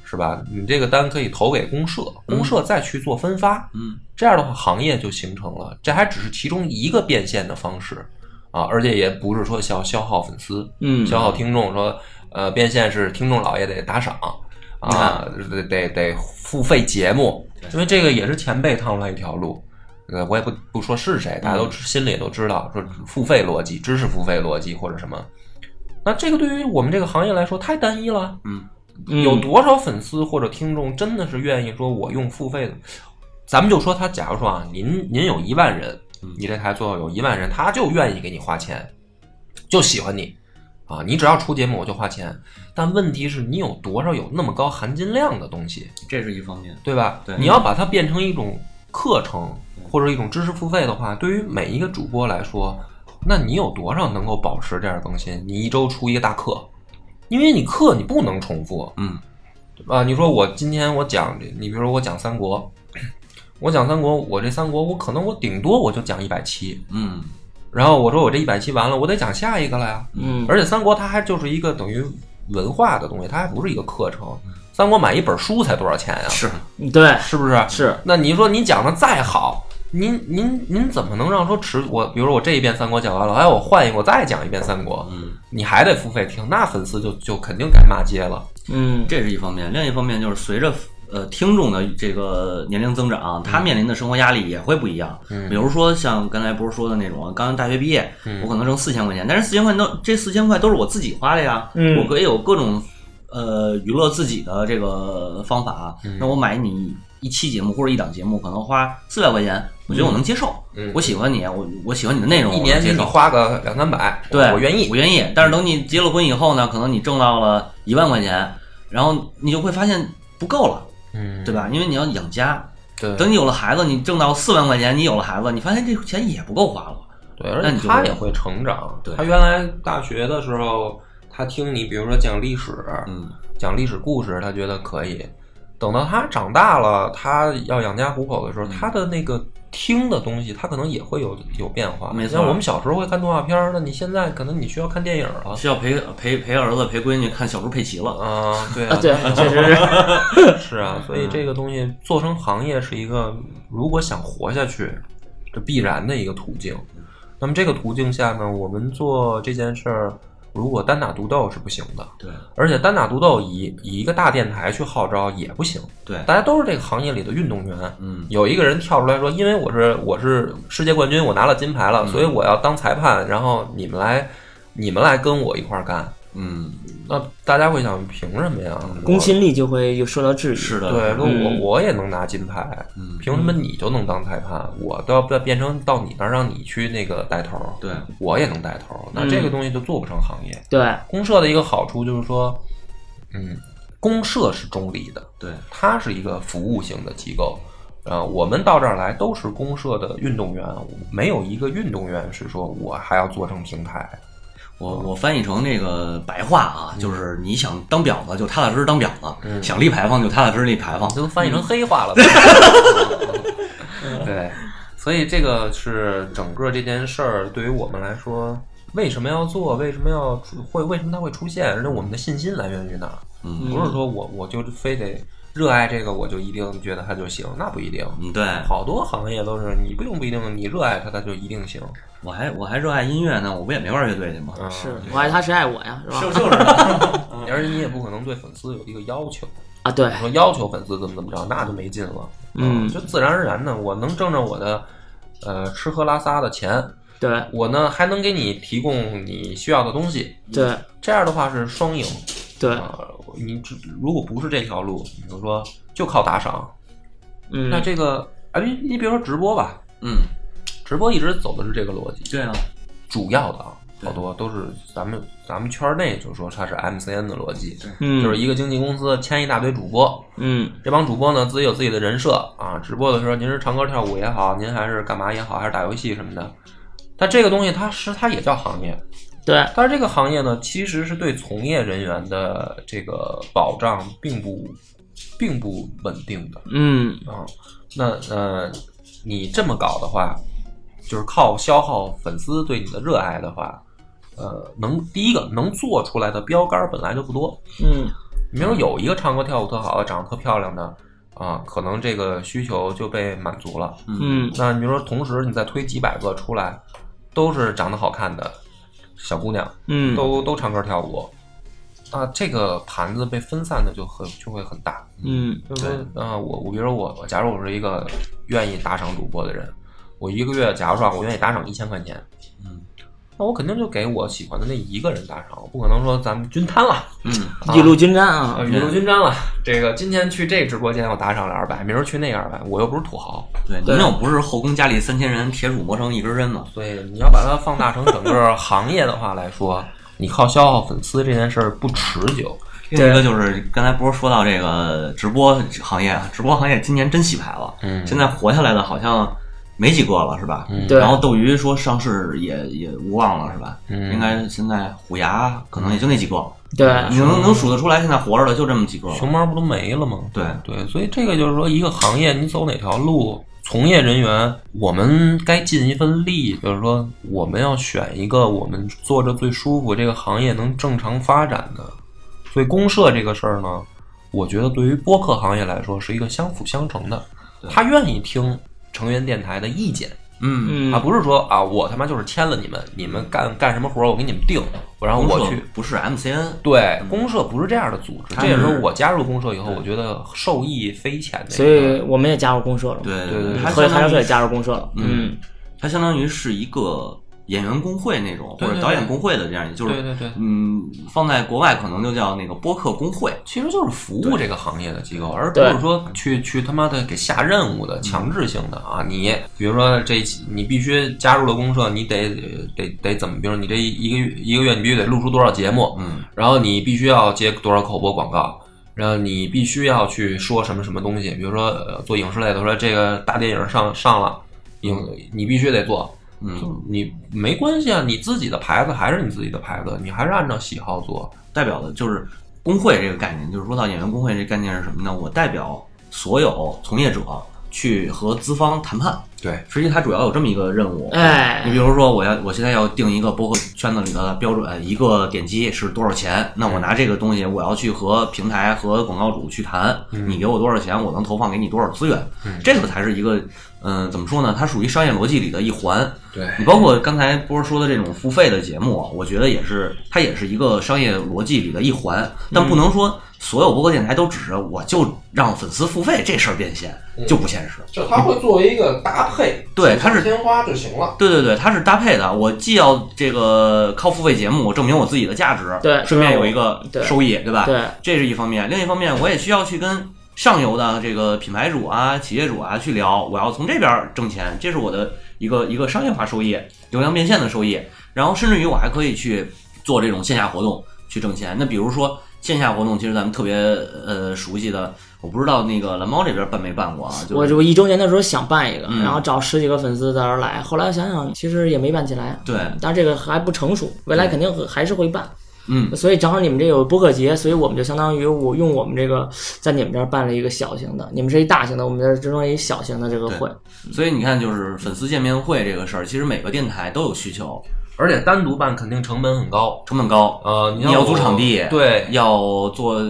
是吧？你这个单可以投给公社，公社再去做分发，
嗯
这样的话，行业就形成了。这还只是其中一个变现的方式啊，而且也不是说消消耗粉丝，
嗯
消耗听众说，呃，变现是听众老爷得打赏啊，得得得付费节目，因为这个也是前辈趟出来一条路。呃，我也不不说是谁，大家都知心里都知道，说付费逻辑、知识付费逻辑或者什么。那这个对于我们这个行业来说太单一了，
嗯
有多少粉丝或者听众真的是愿意说我用付费的？咱们就说他，假如说啊，您您有一万人，
嗯
你这台最后有一万人，他就愿意给你花钱，就喜欢你啊，你只要出节目我就花钱。但问题是你有多少有那么高含金量的东西，
这是一方面，
对吧？
对
你要把它变成一种课程或者一种知识付费的话，对于每一个主播来说，那你有多少能够保持这样更新？你一周出一个大课，因为你课你不能重复，
嗯
啊，你说我今天我讲，你比如说我讲三国，我讲三国，我这三国我可能我顶多我就讲一百期，
嗯
然后我说我这一百期完了，我得讲下一个了呀。
嗯
而且三国它还就是一个等于文化的东西，它还不是一个课程。三国买一本书才多少钱呀？
是
嗯，对，
是不是？
是，
那你说你讲的再好，您您您怎么能让说持我？比如说我这一遍三国讲完了，哎，我换一个我再讲一遍三国，
嗯。
你还得付费听，那粉丝就就肯定该骂街了。
嗯，
这是一方面，另一方面就是随着呃听众的这个年龄增长，他面临的生活压力也会不一样。
嗯
比如说像刚才不是说的那种，啊刚大学毕业，我可能挣四千块钱，但是四千块都这四千块都是我自己花的呀，
嗯
我可以有各种呃娱乐自己的这个方法。啊
嗯
那我买你一期节目或者一档节目，可能花四百块钱，我觉得我能接受，
嗯
我喜欢你，啊我我喜欢你的内容，
一
我
年
能
给
接
你嗯
受。
花个两三百，
对，
我愿意
我。愿意。但是等你结了婚以后呢，可能你挣到了一万块钱，然后你就会发现不够了，
嗯，
对吧？因为你要养家。
对
等你有了孩子，你挣到四万块钱，你有了孩子，你发现这钱也不够花了。
对，而
那
且
你就
他也会成长。
对
他原来大学的时候，他听你比如说讲历史，
嗯，
讲历史故事，他觉得可以。等到他长大了，他要养家糊口的时
嗯
候，他的那个听的东西，他可能也会有有变化。
没错
像我们小时候会看动画片儿，那你现在可能你需要看电影 了。
哦需要陪呃陪陪儿子陪闺女看小猪佩奇了。
啊，对
啊，
啊，
对， 确 实是，
是啊，所以这个东西做成行业是一个，如果想活下去，这必然的一个途径。那么这个途径下呢，我们做这件事儿，如果单打独斗是不行的，
对
而且单打独斗以以一个大电台去号召也不行。
对，
大家都是这个行业里的运动员，
嗯
有一个人跳出来说，因为我是我是世界冠军，我拿了金牌了，所以我要当裁判，然后你们来你们来跟我一块儿干。
嗯，
那大家会想，凭什么呀？
公信力就会有受到质疑。
是的，
我对，那
嗯
我我也能拿金牌，
嗯
凭什么你就能当裁判？我都要不变成到你那儿让你去那个带头，
对，
我也能带头，那
嗯
这个东西就做不成行业。
对，
公社的一个好处就是说，嗯，公社是中立的，
对，
它是一个服务型的机构。啊，我们到这儿来都是公社的运动员，没有一个运动员是说我还要做成平台。
我我翻译成那个白话啊，就是你想当婊子就踏踏实实当婊子，想立牌坊就踏踏实实立牌坊。
这都翻译成黑话 了。对，所以这个是整个这件事儿对于我们来说，为什么要做？为什么要出会？为什么它会出现？而且我们的信心来源于哪儿？
嗯
不是说我我就非得热爱这个，我就一定觉得它就行，那不一定。
嗯，对，
好多行业都是你不用不一定，你热爱它，它就一定行。
我还我还热爱音乐呢，我不也没玩乐队去吗？
嗯、
是我爱他，谁爱我呀？是吧？
嗯就是，
而且你也不可能对粉丝有一个要求。
啊，对，
说要求粉丝怎么怎么着，那就没劲了。啊
嗯
就自然而然的，我能挣着我的呃吃喝拉撒的钱，
对，
我呢还能给你提供你需要的东西，
对，
这样的话是双赢。
对，
呃，你只如果不是这条路，比如说就靠打赏，
嗯
那，这个哎，你你比如说直播吧，
嗯，
直播一直走的是这个逻辑，
对啊，
主要的啊，
对
好多都是咱们咱们圈内就说它是 MCN 的逻辑，
嗯，
就是一个经纪公司签一大堆主播，
嗯，
这帮主播呢，自己有自己的人设啊，直播的时候您是唱歌跳舞也好，您还是干嘛也好，还是打游戏什么的。但这个东西它是它也叫行业，
对，
但是这个行业呢，其实是对从业人员的这个保障并不并不稳定的
嗯，
啊。那呃，你这么搞的话，就是靠消耗粉丝对你的热爱的话，呃，能第一个能做出来的标杆儿本来就不多，
嗯，
你比如有一个唱歌跳舞特好的，长得特漂亮的，啊，可能这个需求就被满足了。
嗯，
那你比如说，同时你再推几百个出来，都是长得好看的小姑娘，
嗯，
都都唱歌跳舞，啊，这个盘子被分散的就很就会很大。
嗯，
就是说，啊，我我比如说我我假如我是一个愿意打赏主播的人，我一个月假如说啊我愿意打赏一千块钱，
嗯，
那我肯定就给我喜欢的那一个人打赏，我不可能说咱们均摊了。
嗯，
一路均沾啊
呃，，雨露均沾了。这个今天去这直播间，我打赏了二百，明儿去那二百，我又不是土豪，
对，您要不是后宫佳丽三千人，铁杵磨成一根针呢。
所以你要把它放大成整个行业的话来说，你靠消耗粉丝这件事儿不持久。
另一个就是刚才不是说到这个直播行业啊，直播行业今年真洗牌了，
嗯
现在活下来的好像没几个了，是吧？
嗯
对
然后斗鱼说上市也也无望了，是吧？
嗯
应该现在虎牙可能也就那几个，
对，
你能能数得出来现在活着的就这么几个了。
熊猫不都没了吗？
对
对，所以这个就是说，一个行业你走哪条路，从业人员我们该尽一份力，就是说我们要选一个我们做着最舒服，这个行业能正常发展的。所以公社这个事儿呢，我觉得对于播客行业来说是一个相辅相成的，他愿意听成员电台的意见。
嗯，
嗯
啊，，不是说啊，我他妈就是签了你们，你们干干什么活儿，我给你们定，我然后
公
我
社
去
不是 MCN，
对，公社不是这样的组织，
它
这也是
是
我加入公社以后，我觉得受益匪浅的一个。
所以我们也加入公社了，
对
对对
它
和
相
韩
当
小
于
水也加入公社了，嗯，
它相当于是一个演员工会那种，
对
或者
对
导演
对
工会的这样，就是
对对对
嗯，放在国外可能就叫那个播客工会。
其实就是服务这个行业的机构，而不
对嗯
是说去去他妈的给下任务的强制性的啊！你比如说这一期，你必须加入了公社，你得得得怎么？比如你这一个月一个月，你必须得录出多少节目，
嗯，
然后你必须要接多少口播广告，然后你必须要去说什么什么东西，比如说、呃、做影视类的，说这个大电影上上了，影你必须得做，
嗯，
就你没关系啊，你自己的牌子还是你自己的牌子，你还是按照喜好做，
代表的就是工会这个概念，就是说到演员工会这概念是什么呢？我代表所有从业者去和资方谈判。
对，
实际它主要有这么一个任务。你比
哎，
如说，我要我现在要定一个播客圈子里的标准，一个点击是多少钱？那我拿这个东西，我要去和平台和广告主去谈，你给我多少钱，我能投放给你多少资源？这个才是一个，嗯、怎么说呢？它属于商业逻辑里的一环。
对
你包括刚才波儿说的这种付费的节目啊，我觉得也是，它也是一个商业逻辑里的一
嗯
环，但不能说所有播客电台都指着我就让粉丝付费这事儿变现。
嗯
就不现实。
就它会作为一个搭配，
对它是
天花就行了。
对对对，它是搭配的。我既要这个靠付费节目证明我自己的价值，
对
顺便有一个
对
收益，对吧？
对
这是一方面。另一方面，我也需要去跟上游的这个品牌主啊、企业主啊去聊，我要从这边挣钱，这是我的一个一个商业化收益、流量变现的收益。然后，甚至于我还可以去做这种线下活动去挣钱。那比如说线下活动，其实咱们特别呃熟悉的，我不知道那个蓝猫这边办没办过啊？就是、
我我一周年的时候想办一个，
嗯
然后找十几个粉丝在那儿来，后来我想想，其实也没办起来。
对，
但是这个还不成熟，未
嗯
来肯定会还是会办。
嗯，
所以正好你们这有播客节，所以我们就相当于我用我们这个在你们这儿办了一个小型的，你们是一大型的，我们这儿只弄一小型的这个会。
所以你看，就是粉丝见面会这个事儿，其实每个电台都有需求，
而且单独办肯定成本很高。
成本高，
呃，你
你要租场地，
对，
要做，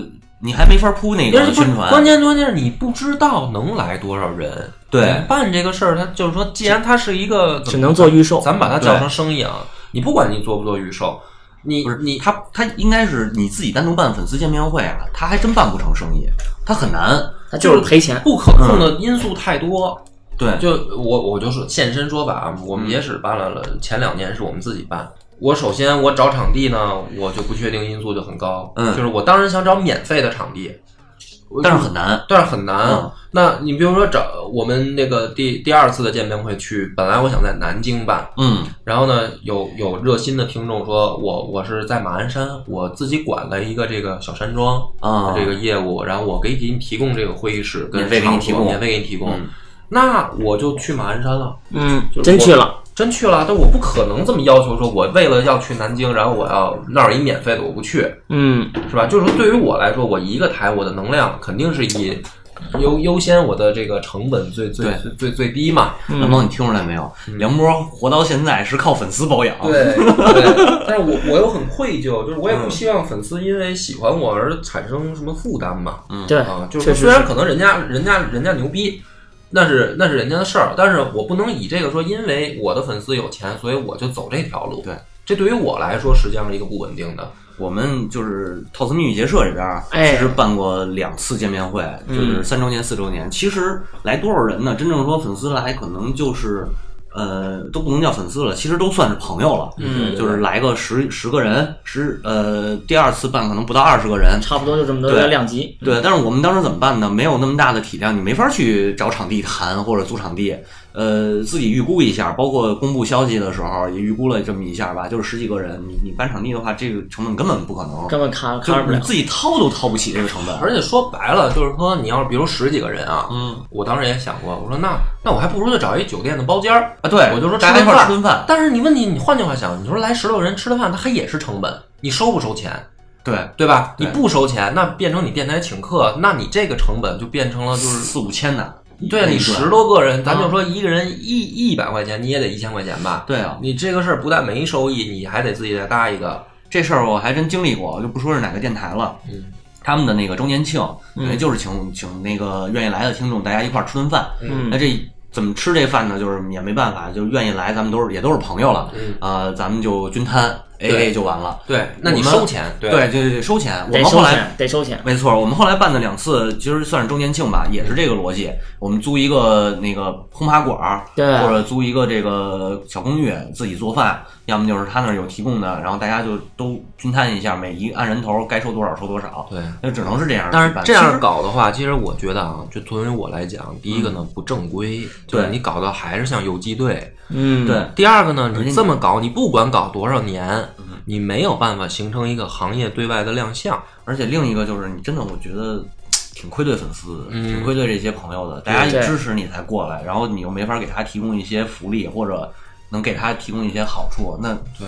你还没法铺那
而
个
且
宣
关
传，
键关键是你不知道能来多少人。
对
办这个事儿，它就是说，既然它是一个
只能做预售
咱们把它叫成生意啊。你不管你做不做预售，你
不是
你
他他应该是你自己单独办粉丝见面会啊，他还真办不成生意，他很难，
它就是赔钱，
不可控的因素太多。
对，
就我我就是现身说法啊，
嗯
我们也只办了了前两年是我们自己办。我首先我找场地呢，我就不确定因素就很高。
嗯
就是我当然想找免费的场地，我
但是很难，
但是很难。
嗯
那你比如说找我们那个第第二次的见面会去，本来我想在南京办，
嗯
然后呢，有有热心的听众说，我我是在马鞍山，我自己管了一个这个小山庄
啊
这个业务，然后我给给你提供这个会议室，跟
免费给你提供嗯
场所免费给你提供。那我就去马鞍山了，
嗯
就是，
真
我
去了，
真去了，但我不可能这么要求，说我为了要去南京，然后我要那儿有一免费的我不去，
嗯，
是吧？就是说，对于我来说，我一个台我的能量肯定是以优优先我的这个成本最最
对
最最最低嘛。
蓝猫，你听出来没有？梁波活到现在是靠粉丝保养，
嗯对， 对，但是我我又很愧疚，就是我也不希望粉丝因为喜欢我而产生什么负担嘛。
对，
啊，就是
确实
虽然可能人家人家人家牛逼，那是那是人家的事儿，但是我不能以这个说，因为我的粉丝有钱，所以我就走这条路。
对，
这对于我来说实际上是一个不稳定的。
我们就是套词密语结社这边啊，
哎
其实办过两次见面会，
嗯
就是三周年、四周年。其实来多少人呢？真正说粉丝来，可能就是呃都不能叫粉丝了，其实都算是朋友了。
嗯
就是来个十十个人，十呃第二次办可能不到二十个人。
差不多就这么多
对
个量级。
对，但是我们当时怎么办呢？没有那么大的体量，你没法去找场地谈或者租场地，呃，自己预估一下，包括公布消息的时候也预估了这么一下吧，就是十几个人，你你办场地的话，这个成本根本不可能，
根本卡
就
卡不
你
了，
自己掏都掏不起这个成本。嗯
而且说白了，就是说你要是比如十几个人啊，嗯，我当时也想过，我说那那我还不如就找一酒店的包间儿。
啊，对，
我就说
大家
吃
一
顿
块儿
饭
吃顿饭，
但是你问题，你换句话想，你说来十六个人吃顿饭，它还也是成本，你收不收钱？
对，
对吧？你
对
不收钱，那变成你电台请客，那你这个成本就变成了就是
四五千呢。
对啊，
一
你
顿
十多个人，咱就说一个人一一百块钱，你也得一千块钱吧？
对啊，
你这个事儿不但没收益，你还得自己再搭一个。
这事儿我还真经历过，我就不说是哪个电台了。
嗯，
他们的那个周年庆，
嗯
等于就是请请那个愿意来的听众，大家一块儿吃顿饭。
嗯
哎
那这怎么吃这饭呢？就是也没办法，就是愿意来，咱们都是也都是朋友了，
嗯，
呃，咱们就均摊 A
对
A 就完了。
对，那你
我们
收钱，对
对对对，收钱。我
得
们
收
后来
钱，得收钱。
没错，我们后来办的两次，其实算是周年庆吧，也是这个逻辑。我们租一个那个轰趴馆儿，
对
或者租一个这个小公寓，自己做饭，要么就是他那儿有提供的，然后大家就都均摊一下，每一按人头该收多少收多少。
对。
那只能是这样去办。
但是
其
这样
实
搞的话，其实我觉得啊，就作为我来讲，第一个呢不正规，就是
对
你搞的还是像游击队。
嗯，
对
第二个呢，
而且
你嗯
你
这么搞，你不管搞多少年，你没有办法形成一个行业对外的亮相。
而且另一个就是，你真的我觉得挺愧对粉丝的，
嗯
挺愧对这些朋友的。大家
对
支持你才过来，然后你又没法给他提供一些福利，或者能给他提供一些好处，那
对，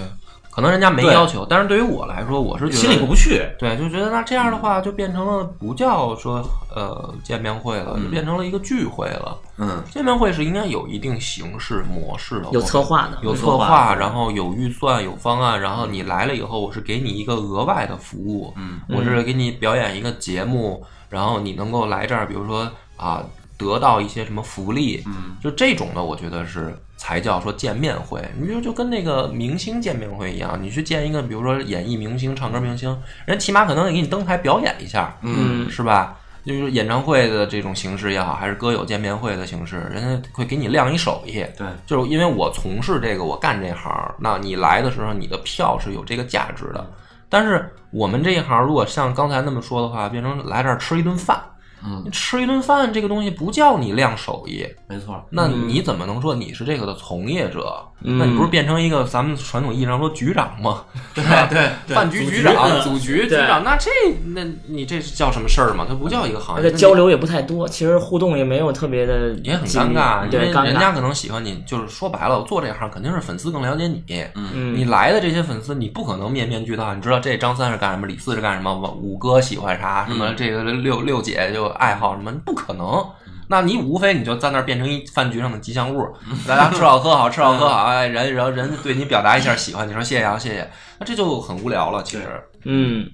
可能人家没
对
要求，但是对于我来说，我是觉得
心里过不去。
对，就觉得那这样的
嗯
话，就变成了不叫说呃见面会了，
嗯
就变成了一个聚会了。
嗯，
见面会是应该有一定形式模式的，
有策划的，嗯
有策划，然后有预算，有方案，然后你来了以后，我是给你一个额外的服务，
嗯，
我是给你表演一个节目，然后你能够来这儿，比如说啊，得到一些什么福利，嗯，就这种的，我觉得是才叫说见面会。你就就跟那个明星见面会一样，你去见一个，比如说演艺明星、唱歌明星，人起码可能也给你登台表演一下，
嗯
嗯，
是吧？就是演唱会的这种形式也好，还是歌友见面会的形式，人家会给你亮一手艺。
对，
就是因为我从事这个，我干这行，那你来的时候，你的票是有这个价值的。
嗯
但是我们这一行，如果像刚才那么说的话，变成来这儿吃一顿饭，
嗯，
吃一顿饭这个东西不叫你亮手艺，
没错，
那你怎么能说你是这个的从业者？
嗯
那你不是变成一个咱们传统意义上说局长吗？对
对对
饭局
组
局
局
长、
嗯
组局局
对
长，那这那你这是叫什么事儿吗？它不叫一个行
而
业
且，交流也不太多，其实互动也没有特别的
也很
激烈
尴尬，因为
对，尴
人家
尬。
可能喜欢你，就是说白了，我做这行肯定是粉丝更了解你。
嗯
你来的这些粉丝，你不可能面面俱到，你知道这张三是干什么，李四是干什么，五五哥喜欢啥，什么这个六六姐就爱好什么，不可能。那你无非你就在那儿变成一饭局上的吉祥物，大家吃好喝好，吃好喝好，哎，人然后人对你表达一下喜欢，你说谢谢啊，谢谢，那这就很无聊了。其实，
嗯，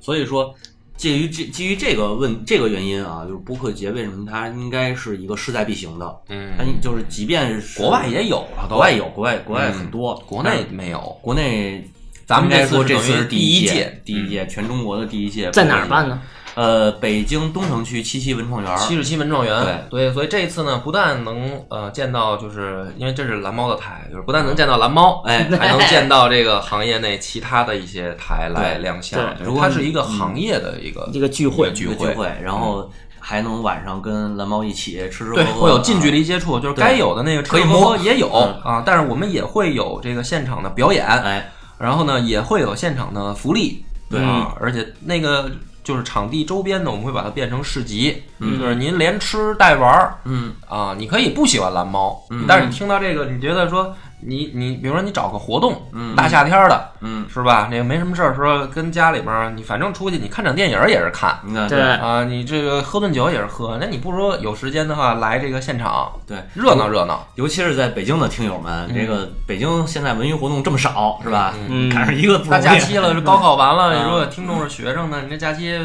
所以说，基于这基于这个问这个原因啊，就是播客节为什么它应该是一个势在必行的？
嗯
它，就是即便是
国外也有了，都
国外，有，国外国外
嗯
很多，
国
但
内
是
没有。
国内。
咱们
应该
这次
说，
是
这
等于
次是
第一
一
届
第一届全中国的第一届
在哪儿办呢？
呃，北京东城区七七文创园。
七十七文状元
对，
对，所以这一次呢，不但能呃见到，就是因为这是蓝猫的台，就是不但能见到蓝猫，
哎，
还能见到这个行业内其他的一些台来
对
亮相。
对
就是它是一个行业的一个
一个聚会，
聚
聚
会，
会，然后还能晚上跟蓝猫一起吃吃喝
对，
喝，
会有近距离接触，就是
对
该有的那个
可以
吃喝喝
摸
也有
嗯
啊，但是我们也会有这个现场的表演，
哎，
然后呢也会有现场的福利，对啊，而且那个就是场地周边呢，我们会把它变成市集，就是您连吃带玩儿。
嗯，
啊，你可以不喜欢蓝猫，但是你听到这个，你觉得说你你，比如说你找个活动，大夏天的，
嗯，
是吧？那个没什么事儿，说跟家里面儿，你反正出去，你看场电影儿也是看
你看，
对
啊，你这个喝顿酒也是喝，那你不如有时间的话来这个现场
对，
热闹热闹。
尤其是在北京的听友们，这个北京现在文娱活动这么少，是吧？
嗯
赶上一个不
大
容易
假期了，这高考完了，
嗯
如果听众是学生呢，你这假期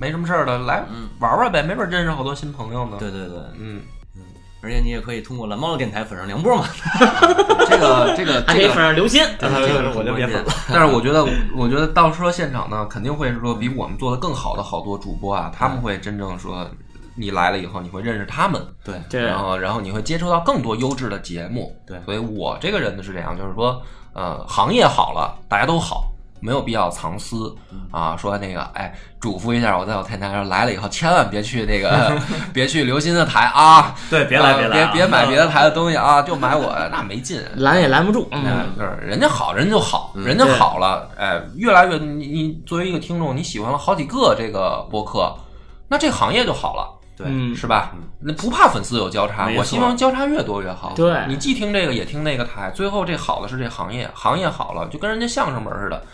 没什么事儿的，来
嗯
玩玩呗，没准儿认识好多新朋友呢。
对对对，
嗯，
而且你也可以通过蓝猫的电台粉上梁波嘛。
这个 这个
还可
这
以
个
粉上刘鑫。
这个我就别粉了。
但是我觉得，我觉得到时候现场呢，肯定会是说比我们做的更好的好多主播啊，他们会真正说，你来了以后，你会认识他们，
对，
对
然，后然后你会接触到更多优质的节目。
对
所以我这个人呢是这样，就是说，呃，行业好了，大家都好。没有必要藏私
嗯
啊！说那个，哎，嘱咐一下我在我太太说来了以后，千万别去那 个，别去刘鑫的台啊！
对，别
啊
来来，
别别买别的台的东西啊，就买我那没劲。
拦也拦不住。嗯，
嗯，就是人家好，人就好，人家好了，哎，越来越你你作为一个听众，你喜欢了好几个这个播客，那这行业就好了，
对，
嗯
是吧？那不怕粉丝有交叉
没，错
我希望交叉越多越好。
对
你既听这个也听那个台，最后这好的是这行业，行业好了就跟人家相声门似的。
嗯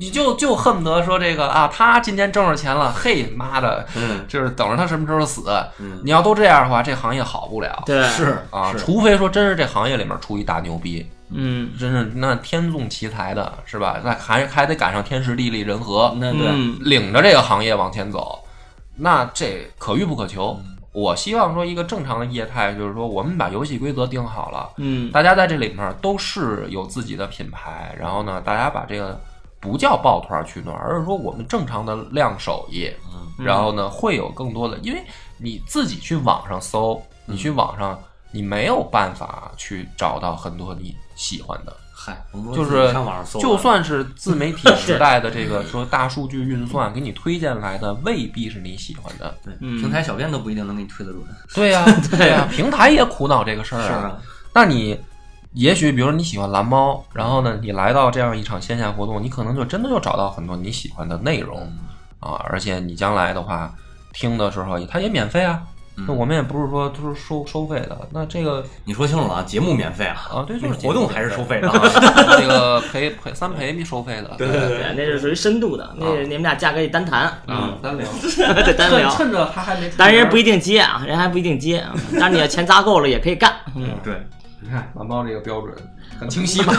你就就恨不得说这个啊，他今天挣着钱了，嘿妈的，
嗯
就是等着他什么时候死。
嗯，
你要都这样的话，这行业好不了
对，
是
啊，除非说真是这行业里面出一大牛逼，
嗯，
真是那天纵奇才的是吧？那还还得赶上天时地利人和，
那对，
嗯
领着这个行业往前走，那这可遇不可求。
嗯
我希望说一个正常的业态，就是说我们把游戏规则定好了，
嗯，
大家在这里面都是有自己的品牌，然后呢，大家把这个不叫抱团取暖，而是说我们正常的亮手艺，
嗯
然
嗯
后呢，会有更多的，因为你自己去网上搜，你
嗯
去网上，你没有办法去找到很多你喜欢的。
嗨，我们说
就
自己
是
上网上搜吧，啊
就算是自媒体时代的这个说大数据运算给你推荐来的，未必是你喜欢的。
对
嗯
平台小编都不一定能给你推得准。
对呀、对呀、平台也苦恼这个事儿
是
啊。
啊，
那你也许，比如你喜欢蓝猫，然后呢，你来到这样一场线下活动，你可能就真的就找到很多你喜欢的内容啊，而且你将来的话，听的时候也它也免费啊。那我们也不是说都是收收费的，那这个
你说清楚了啊，节目免费啊，
啊，对，就是
活动还是收费的啊。
这个陪陪三陪收费的，对对对。
对，那是属于深度的，那你们俩价格得单谈，
啊，单聊，
得单聊。
趁着他还没出门，
但人家不一定接啊，人还不一定接啊。但是你要钱砸够了也可以干。嗯，
对，
你看蓝猫这个标准很清晰吧？